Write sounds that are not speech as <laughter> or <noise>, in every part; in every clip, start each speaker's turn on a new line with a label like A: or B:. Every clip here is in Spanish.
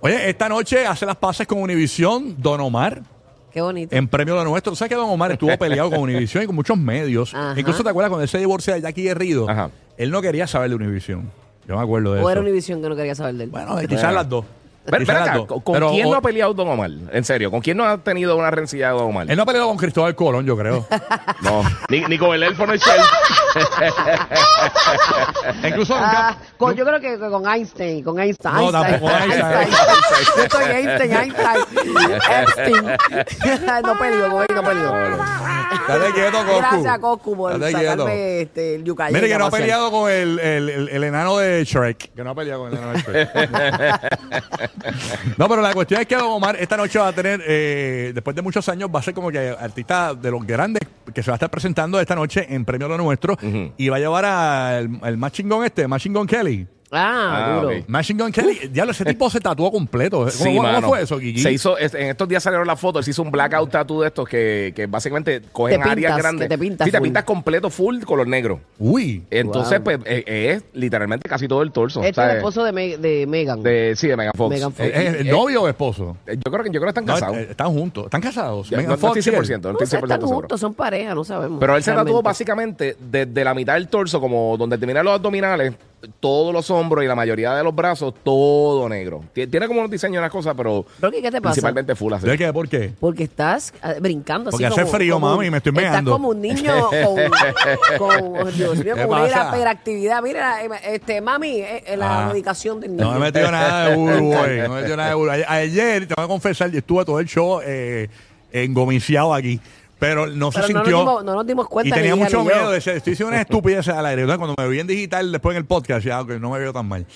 A: Oye, esta noche hace las paces con Univisión, Don Omar,
B: Qué bonito.
A: en premio de nuestro. ¿Sabes que Don Omar estuvo peleado con Univisión y con muchos medios?
B: Ajá.
A: Incluso te acuerdas cuando él se divorcia de Jackie Herrido,
C: Ajá.
A: él no quería saber de Univisión. Yo me acuerdo de
B: O era
A: eso.
B: Univision que no quería saber de él.
A: Bueno, eh, quizás las dos.
C: Ven-
A: Quizás
C: ven
A: las
C: acá,
A: dos.
C: ¿con con
A: Pero,
C: quién no
A: o-
C: ha peleado Don Omar? En serio, ¿con quién no ha tenido una rencilla Don Omar?
A: Él no ha peleado con Cristóbal Colón, yo
C: <laughs>
A: creo.
C: No, ni, ni con el elfo Nochel. <laughs>
A: Incluso
B: Ah,
A: nunca.
B: con- yo creo que con Einstein, con Einstein.
A: No,
B: Einstein,
A: tampoco Einstein. <laughs>
B: Yo estoy Einstein, Einstein,
A: <laughs>
B: Einstein. no peligro, con él no peligro.
A: Date quieto, Goku.
B: Gracias, Goku, por
A: Date quieto.
B: sacarme este, el yucayeca.
A: Mire que no ha
B: para hacer.
A: peleado con el, el- el- el enano de Shrek. Que no ha peleado con el enano <laughs> de Shrek. no, pero la cuestión es que Don Omar esta noche va a tener, eh, después de muchos años, va a ser como que artista de los grandes que se va a estar presentando esta noche en Premio Lo Nuestro. Y va a llevar al el más chingón este, más chingón Kelly.
B: Ah,
C: Ah,
B: duro.
C: ok.
A: Machine Gun Kelly, diablo, ese tipo se tatuó completo. ¿Cómo,
C: Sí,
A: cómo
C: mano.
A: fue eso, Guillín?
C: Se hizo, es- en estos días salieron las fotos, él se hizo un blackout tattoo de estos que, que básicamente cogen
B: Te
C: áreas
B: pintas,
C: grandes.
B: que te pintas
C: sí, te
B: full.
C: pintas completo full color negro.
A: Uy.
C: Entonces,
B: Wow.
C: pues, eh, eh, es literalmente casi todo el torso.
B: Este es
C: ¿sabes?
B: el esposo de, Me- de Megan.
C: de, sí, de Megan Fox.
B: Megan Fox.
A: ¿Es-
C: Eh,
A: es el
C: eh,
A: novio o esposo?
C: eh, yo creo que yo creo que están
A: No,
C: casados.
A: eh, están juntos. ¿Están casados?
C: Ya,
A: Megan
C: no, no
A: Fox y
C: estoy
A: él.
C: 100%, no
B: no
C: estoy
B: sé,
C: 100%
B: están
C: seguro.
B: juntos, son pareja, no sabemos.
C: Pero él se tatuó
B: realmente.
C: básicamente desde la mitad del torso, como donde terminan los abdominales, todos los hombros y la mayoría de los brazos, todo negro. Tie- Tiene como unos diseños y unas cosas, pero
B: Rocky, ¿qué te pasa?
C: principalmente full así.
A: ¿De qué? ¿Por qué?
B: Porque estás ah, brincando
A: Porque
B: así
A: hace
B: como-
A: frío,
B: como un-
A: mami, me estoy
B: estás
A: meando.
B: como un niño
A: <laughs>
B: con, con- Dios mío,
A: ¿Qué
B: con una
A: pasa?
B: hiperactividad. Mira, eh, este, mami, eh, eh, la
A: Ah.
B: medicación del niño.
A: No me metió nada
C: <laughs>
A: de burro, güey. No me metió nada de burro. Ayer- Ayer, te voy a confesar, yo estuve todo el show eh, engomiciado aquí. Pero no se
B: Pero no nos
A: sintió.
B: dimos- no nos dimos cuenta,
A: Y
B: ni
A: tenía
B: ella
A: mucho
B: ni yo.
A: miedo de ser. Estoy diciendo una estupidez al aire. Entonces, cuando me vi en digital, después en el podcast, ya, que no me veo tan mal.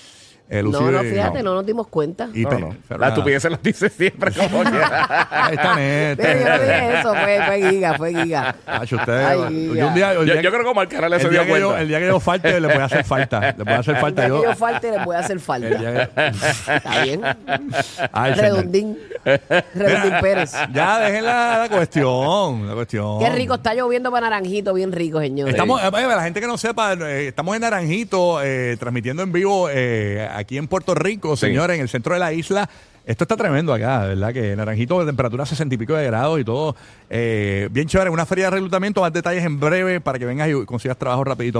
A: Eh,
B: No,
A: Lucibe-
B: no, fíjate, no nos dimos cuenta.
A: Y
C: No,
A: te-
C: no.
A: pero
C: La
A: nada.
C: estupidez se la dice siempre
A: <laughs>
C: como quiera.
A: Ahí está,
B: Pero yo no
A: neta.
B: dije eso, fue, fue giga, fue giga.
A: Tacho, usted-
B: Ay,
A: yo un día- el
C: Yo,
A: día
C: yo creo que Omar Canales se
A: el
C: dio
A: día que yo,
C: cuenta.
A: el día que yo falte, le voy a hacer falta. Le voy a hacer
B: <laughs> El día
A: falta
B: que
A: yo.
B: yo falte, les voy a hacer
A: el
B: falta.
A: día que-
B: Está bien.
A: <laughs> Ay, señor. <laughs>
B: Redondín. Redondín
A: Mira,
B: Pérez.
A: Ya, dejen la, la cuestión. La cuestión.
B: Qué rico, está lloviendo para naranjito, bien rico, señor.
A: Estamos, eh, para la gente que no sepa, eh, estamos en Naranjito, eh, transmitiendo en vivo eh, aquí en Puerto Rico,
C: Sí.
A: señores, en el centro de la isla. Esto está tremendo acá, ¿verdad? Que Naranjito, temperatura 60 y pico de grados y todo. eh, bien chévere, una feria de reclutamiento, más detalles en breve para que vengas y consigas trabajo rapidito.